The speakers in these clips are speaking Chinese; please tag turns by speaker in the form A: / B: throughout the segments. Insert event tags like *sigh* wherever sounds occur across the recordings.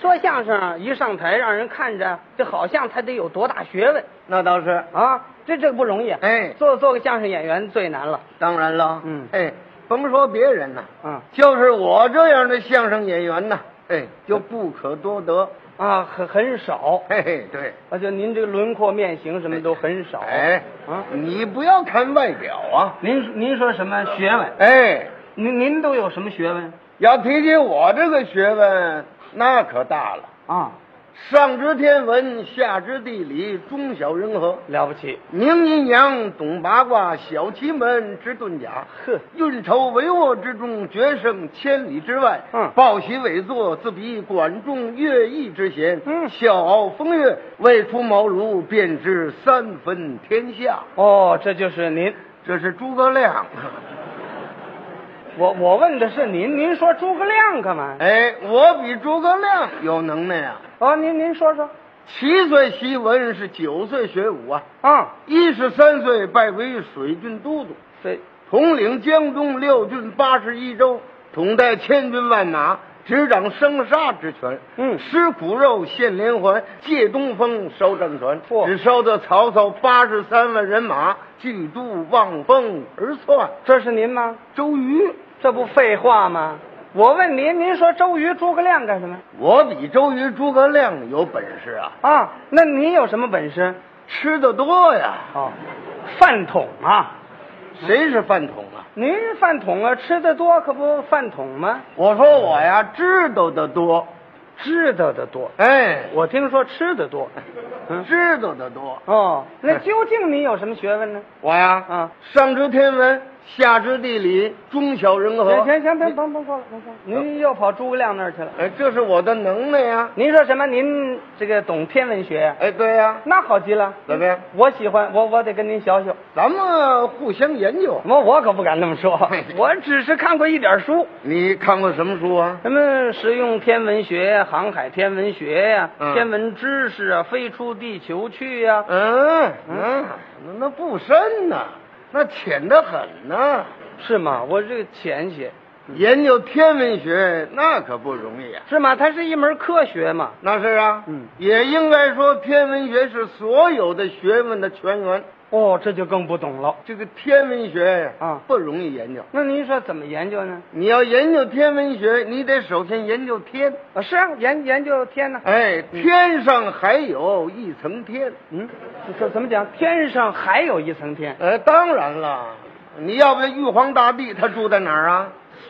A: 说相声一上台，让人看着这好像他得有多大学问
B: 那倒是，
A: 啊！这这不容易，
B: 哎
A: 做做个相声演员最难了。
B: 当然了，
A: 嗯
B: 哎，甭说别人呐，
A: 嗯
B: 就是我这样的相声演员呐，哎，
A: 嗯
B: 就不可多得。
A: 啊，很很少，
B: 嘿嘿，对，
A: 啊，就您这个轮廓、面型什么都很少。
B: 哎，
A: 啊，
B: 你不要看外表啊，
A: 您您说什么学问？
B: 哎，
A: 您您都有什么学问
B: 要提起我这个学问，那可大了，
A: 啊？
B: 上知天文，下知地理，中晓人和。
A: 了不起，
B: 明阴阳，懂八卦，晓奇门，知遁甲，
A: 呵
B: 运筹帷幄之中，决胜千里之外。
A: 嗯
B: 抱膝委坐，自比管仲、乐毅之贤。
A: 嗯
B: 笑傲风月，未出茅庐，便知三分天下。
A: 哦，这就是您。
B: 这是诸葛亮。
A: 我我问的是您，您说诸葛亮干嘛呀？
B: 哎，我比诸葛亮有能耐啊！
A: 哦，您您说说
B: 七岁习文，是九岁学武啊，
A: 啊，
B: 一十三岁拜为水军都督。
A: 这
B: 统领江东六郡八十一州，统带千军万马，执掌生杀之权。
A: 嗯
B: 吃骨肉，献连环，借东风，烧战船。
A: 嚯
B: 只烧得曹操八十三万人马，拒都望风而窜。
A: 这是您吗？
B: 周瑜，
A: 这不废话吗？我问您，您说周瑜、诸葛亮干什么
B: 我比周瑜、诸葛亮有本事啊，
A: 啊？那你有什么本事？
B: 吃的多呀。
A: 哦，饭桶啊，
B: 谁是饭桶啊？
A: 您是饭桶啊，吃的多可不饭桶吗？
B: 我说我呀，知道的多。
A: 知道的多，
B: 哎，
A: 我听说吃的多。嗯，
B: 知道的多。
A: 哦，那究竟你有什么学问呢？
B: 我呀，
A: 啊，
B: 上知天文，下知地理，中晓人和。
A: 行行行，别甭甭说了，甭说了，您又跑诸葛亮那儿去了。
B: 哎，这是我的能耐呀、
A: 您说什么？您这个懂天文学呀？
B: 哎，对呀、
A: 那好极了。
B: 怎么样？
A: 我喜欢，我我得跟您学学。
B: 咱们互相研究。
A: 我我可不敢那么
B: *laughs*
A: 说，我只是看过一点书，
B: 你看过什么书啊？
A: 什么实用天文学呀、航海天文学呀、
B: 嗯
A: 天文知识啊、飞出地球去呀、
B: 嗯嗯，那那不深呐、那浅得很呐、
A: 是吗？我这个浅些，
B: 研究天文学那可不容易啊。
A: 是吗？它是一门科学嘛。
B: 那是啊，
A: 嗯
B: 也应该说天文学是所有的学问的泉源。
A: 哦，这就更不懂了。
B: 这个天文学
A: 啊
B: 不容易研究。
A: 那您说怎么研究呢？
B: 你要研究天文学，你得首先研究天。
A: 啊，是啊，研研究天呢、
B: 哎，天上还有一层天。
A: 嗯，这怎么讲？天上还有一层天，
B: 呃，当然了，你要不要玉皇大帝他住在哪儿啊？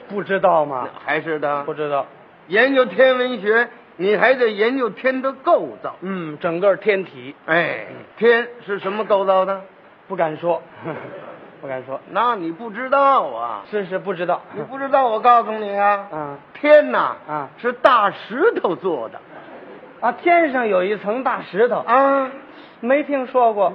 A: 不知道吗？
B: 还是的
A: 不，知道。
B: 研究天文学，你还得研究天的构造。
A: 嗯，整个天体
B: 哎，天是什么构造的？
A: 不敢说， *laughs* 不敢说，
B: 那你不知道啊？
A: 是是不知道。
B: 你不知道，我告诉你啊，
A: *laughs* 啊
B: 天呐，
A: 啊
B: 是大石头做的
A: 啊！天上有一层大石头，
B: 啊，
A: 没听说过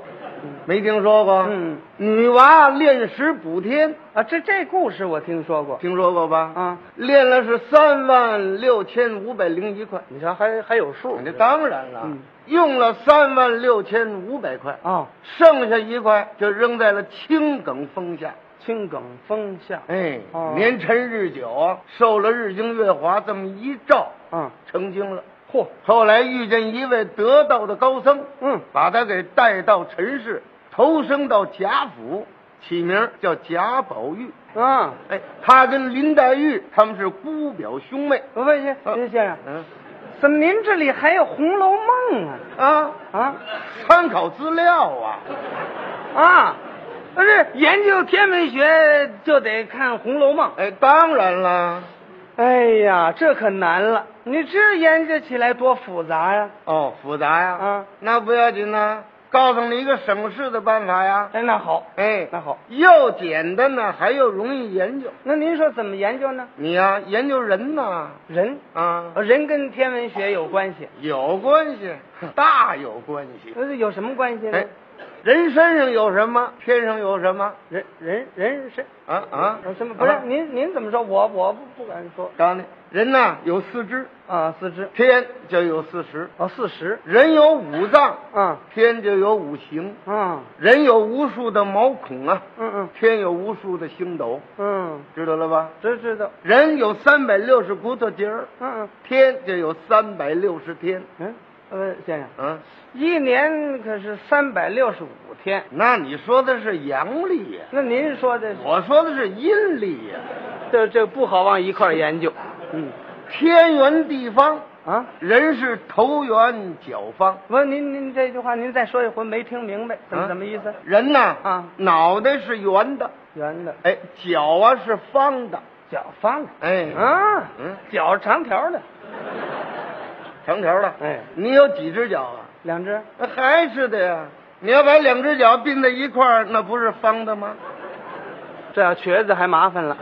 B: 没听说过？
A: 嗯，
B: 女娃炼石补天，
A: 啊。这这故事我听说过
B: 听说过吧？
A: 啊。
B: 练了是三万六千五百零一块，
A: 你瞧，还还有数
B: 这当然了，
A: 嗯
B: 用了三万六千五百块，
A: 啊！
B: 剩下一块就扔在了青埂峰下。
A: 青埂峰下，
B: 哎，
A: 哦
B: 年陈日久啊，受了日精月华这么一照，
A: 啊，
B: 成精了。
A: 嚯，
B: 后来遇见一位得道的高僧，
A: 嗯，
B: 把他给带到尘世，投生到贾府，起名叫贾宝玉。
A: 啊，
B: 哎，他跟林黛玉他们是姑表兄妹。
A: 不不，先
B: 啊
A: 先生，
B: 嗯
A: 怎么您这里还有《红楼梦》啊？
B: 啊，
A: 啊
B: 参考资料啊。
A: 啊，不是研究天文学就得看《红楼梦》。
B: 哎，当然啦。
A: 哎呀，这可难了，你这研究起来多复杂呀、
B: 哦，复杂呀。
A: 啊
B: 那不要紧呐，告诉你一个省事的办法呀。
A: 哎，那好，
B: 哎，
A: 那好，
B: 又简单呢，还又容易研究。
A: 那您说怎么研究呢？
B: 你呀、研究人呐，
A: 人，
B: 啊，
A: 呃人跟天文学有关系，呃
B: 有关系，大有关系。
A: 那是有什么关系呢？
B: 哎，人身上有什么，天上有什么
A: 人人人是
B: 啊啊？
A: 什么？不是
B: 啊
A: 您您怎么说？我我不不敢说
B: 告诉你，人呐有四肢，
A: 啊，四肢
B: 天就有四十；
A: 啊，四十
B: 人有五脏，
A: 啊
B: 天就有五行；
A: 啊
B: 人有无数的毛孔啊，
A: 嗯
B: 天有无数的星斗，
A: 嗯嗯，
B: 知道了吧？
A: 知知道
B: 人有三百六十骨头节儿，
A: 嗯
B: 天就有三百六十天。
A: 嗯呃先生，
B: 啊，
A: 一年可是三百六十五天，
B: 那你说的是阳历呀、
A: 那您说的是
B: 我说的是阴历呀、
A: 这这不好往一块儿研究，嗯
B: 天圆地方，
A: 啊。
B: 人是头圆脚方。
A: 不是您您这句话您再说一回没听明白，怎么、
B: 啊
A: 怎么意思？
B: 人呐，
A: 啊
B: 脑袋是圆的，
A: 圆的
B: 哎，脚啊是方的，
A: 脚方的，
B: 哎，
A: 啊，
B: 嗯，
A: 脚长条的，
B: 长条的，
A: 哎
B: 你有几只脚啊？
A: 两只
B: 那还是的呀。你要把两只脚并在一块儿，那不是方的吗？
A: 这要瘸子还麻烦了。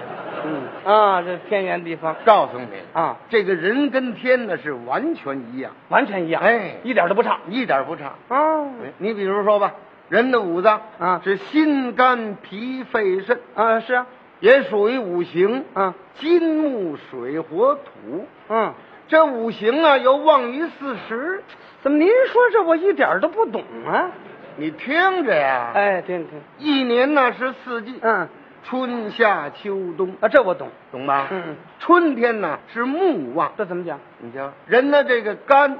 A: 嗯啊，这偏远地方
B: 告诉你，
A: 啊，
B: 这个人跟天呢是完全一样，
A: 完全一样，
B: 哎
A: 一点都不差
B: 一点不差。
A: 啊
B: 哎你比如说吧，人的五脏
A: 啊
B: 是心、肝、脾、肺、肾，
A: 啊，是啊，
B: 也属于五行，
A: 嗯
B: 金、木、水、火、土。
A: 嗯，
B: 这五行啊，由旺于四时。
A: 怎么您说这我一点都不懂啊？
B: 你听着呀，
A: 哎，听听，
B: 一年呢是四季，
A: 嗯
B: 春夏秋冬，
A: 啊，这我懂，
B: 懂吧？
A: 嗯，
B: 春天呢是木旺，
A: 这怎么讲？
B: 你瞧人的这个肝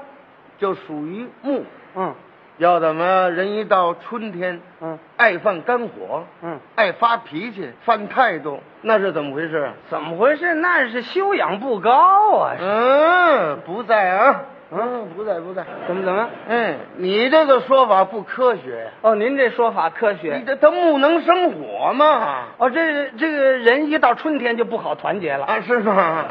B: 就属于木，
A: 嗯
B: 要怎么人一到春天
A: 嗯
B: 爱犯肝火，
A: 嗯，
B: 爱发脾气，犯态度，那是怎么回事啊？
A: 怎么回事？那是修养不高啊！
B: 嗯，不在啊，哎嗯，不在不在。
A: 怎么怎么？
B: 嗯，你这个说法不科学呀、
A: 哦，您这说法科学。
B: 你这它木能生火吗？
A: 哦，这这个人一到春天就不好团结了。
B: 啊，是 *laughs* 吗？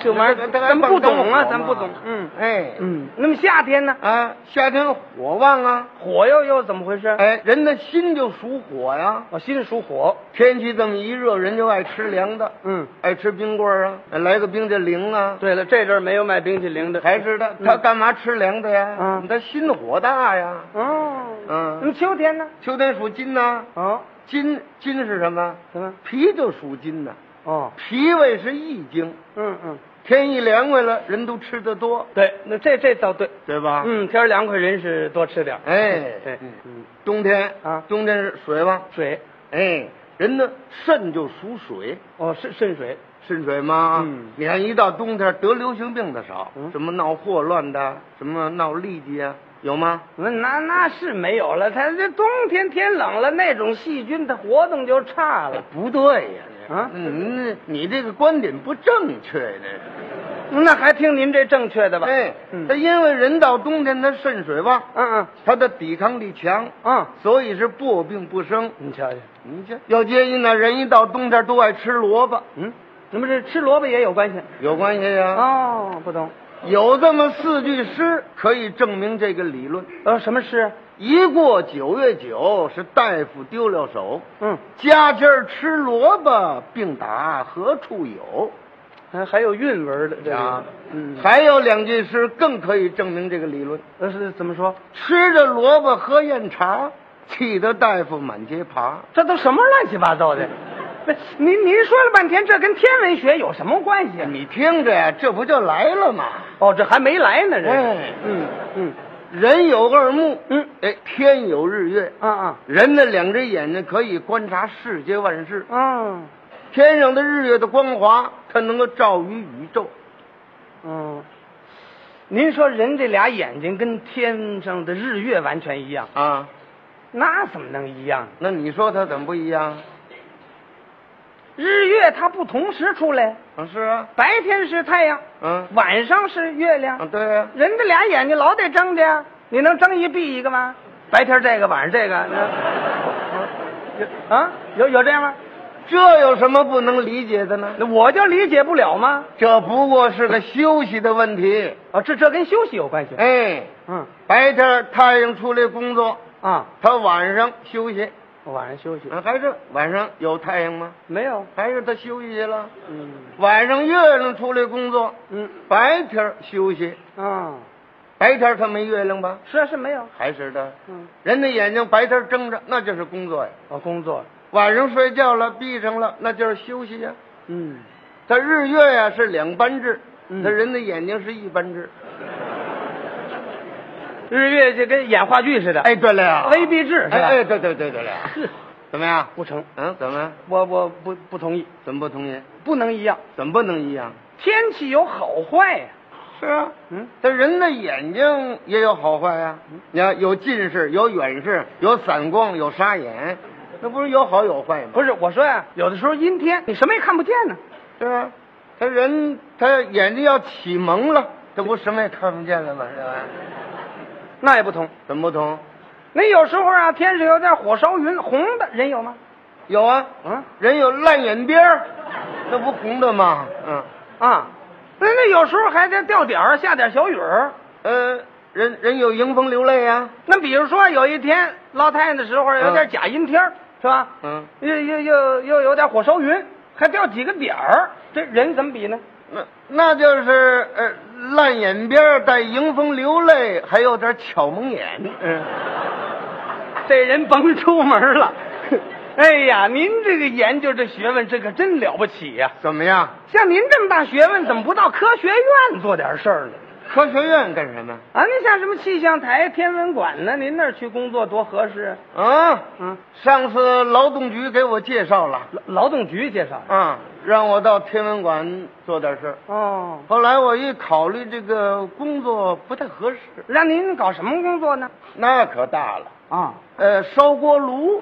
A: 这玩意儿
B: 它还
A: 咱不懂啊
B: 放
A: 咱不
B: 干火
A: 懂
B: 吗
A: 嗯
B: 哎，
A: 嗯，那么夏天呢？
B: 啊，夏天火旺啊，
A: 火又又怎么回事？
B: 哎，人的心就属火呀。
A: 我心属火。
B: 天气这么一热，人就爱吃凉的，
A: 嗯，
B: 爱吃冰棍儿啊，来个冰激凌啊，
A: 对了，这阵儿没有卖冰淇淋的。
B: 还知道
A: 嗯
B: 他干嘛吃凉的呀？
A: 嗯
B: 他心火大呀。
A: 哦，
B: 嗯
A: 那么秋天呢？
B: 秋天属金呐、
A: 哦，
B: 金金是什么？
A: 什么？
B: 脾就属金呐、
A: 哦，
B: 脾胃是易经，
A: 嗯嗯，
B: 天一凉快了，人都吃得多，
A: 对，那这这倒对。
B: 对吧？，
A: 嗯，天儿凉快，人是多吃点儿。
B: 哎，
A: 对，
B: 嗯，冬天
A: 啊
B: 冬天是水旺，
A: 水，
B: 哎，人呢肾就属水，
A: 哦，肾肾水。
B: 肾水嘛，
A: 嗯
B: 你看一到冬天得流行病的少，
A: 嗯
B: 什么闹霍乱的，什么闹痢疾啊，有吗？
A: 那那是没有了，它这冬天天冷了，那种细菌它活动就差了。
B: 不对呀、
A: 啊
B: 嗯，你你这个观点不正确，这是。
A: 嗯那还听您这正确的吧？
B: 哎，
A: 嗯
B: 他因为人到冬天他肾水旺，
A: 嗯
B: 他的抵抗力强，
A: 嗯嗯，
B: 所以是破病不生。
A: 你瞧瞧，
B: 你这要建议呢，人一到冬天都爱吃萝卜，
A: 嗯，那么这吃萝卜也有关系？
B: 有关系呀、
A: 哦，不懂。
B: 有这么四句诗可以证明这个理论：
A: 呃，什么诗？
B: 一过九月九，是大夫丢了手；
A: 嗯，
B: 家家儿吃萝卜，病打何处有？
A: 还还有韵文的这
B: 啊
A: 个。嗯，
B: 还有两句诗更可以证明这个理论：
A: 呃是怎么说？
B: 吃着萝卜喝酽茶，气得大夫满街爬。
A: 这都什么乱七八糟的？不是，您您说了半天，这跟天文学有什么关系啊？
B: 你听着呀，这不就来了吗？
A: 哦，这还没来呢，这是。
B: 哎
A: 嗯嗯
B: 人有二目，
A: 嗯，
B: 哎，天有日月，
A: 啊啊
B: 人的两只眼睛可以观察世界万事。
A: 嗯
B: 天上的日月的光华，它能够照于宇宙。
A: 嗯，您说人这俩眼睛跟天上的日月完全一样，
B: 啊，
A: 那怎么能一样呢？
B: 那你说它怎么不一样？
A: 日月它不同时出来，
B: 啊，是啊，
A: 白天是太阳，
B: 嗯，
A: 晚上是月
B: 啊，
A: 亮。
B: 对呀、
A: 人的俩眼睛老得睁着呀，你能睁一闭一个吗？白天这个，晚上这个，那啊，有有这样吗？
B: 这有什么不能理解的呢？
A: 那我就理解不了吗？
B: 这不过是个休息的问题。
A: 啊，这这跟休息有关系。
B: 哎，
A: 嗯
B: 白天太阳出来工作，
A: 啊，
B: 它晚上休息。
A: 晚上休息
B: 啊，还是晚上有太阳吗？
A: 没有？
B: 还是他休息去了？
A: 嗯
B: 晚上月亮出来工作，
A: 嗯
B: 白天休息，
A: 啊，
B: 白天他没月亮吧？
A: 是啊是没有，
B: 还是的，
A: 嗯，
B: 人的眼睛白天睁着，那就是工作呀；
A: 我工作了，
B: 晚上睡觉了，闭上了，那就是休息呀。
A: 嗯，
B: 他日月呀、是两班制，
A: 嗯
B: 他人的眼睛是一班制。
A: 日月就跟演话剧似的，，
B: 哎，对了呀，
A: 威逼制是吧
B: 哎哎，对对对对了呀，
A: 呵，
B: 怎么样？
A: 不成，
B: 嗯，怎么
A: 我我不不同意，
B: 怎么不同意？
A: 不能一样，
B: 怎么不能一样？
A: 天气有好坏呀、
B: 是啊，
A: 嗯，
B: 他人的眼睛也有好坏呀、你看有近视，有远视，有散光，有沙眼，那不是有好有坏吗？
A: 不是我说呀、有的时候阴天你什么也看不见呢，
B: 对啊，他人他眼睛要启蒙了，这不什么也看不见了吗？是吧？
A: 那也不同，
B: 怎么不同？
A: 那有时候啊天上有点火烧云，红的人有吗？
B: 有啊，
A: 啊
B: 人有烂眼边儿，那不红的吗？嗯，
A: 啊，那那有时候还得掉点儿下点小雨儿。
B: 呃，人人有迎风流泪啊呀、
A: 那比如说有一天捞太阳的时候有点
B: 嗯
A: 假阴天儿、是吧？
B: 嗯，
A: 又又又又有点火烧云，还掉几个点儿，这人怎么比呢？
B: 那那就是呃烂眼边儿带迎风流泪，还有点巧蒙眼。嗯，
A: *laughs* 这人甭出门了。哎呀，您这个研究这学问，这可真了不起呀、
B: 怎么样？
A: 像您这么大学问，怎么不到科学院做点事儿呢？
B: 科学院干什么？
A: 啊，您像什么气象台、天文馆呢？您那儿去工作多合适？
B: 啊，
A: 嗯，
B: 上次劳动局给我介绍了，
A: 劳劳动局介绍的。
B: 啊，让我到天文馆做点事儿。
A: 哦，
B: 后来我一考虑，这个工作不太合适，
A: 让您搞什么工作呢？
B: 那可大了。
A: 啊，
B: 呃，烧锅炉，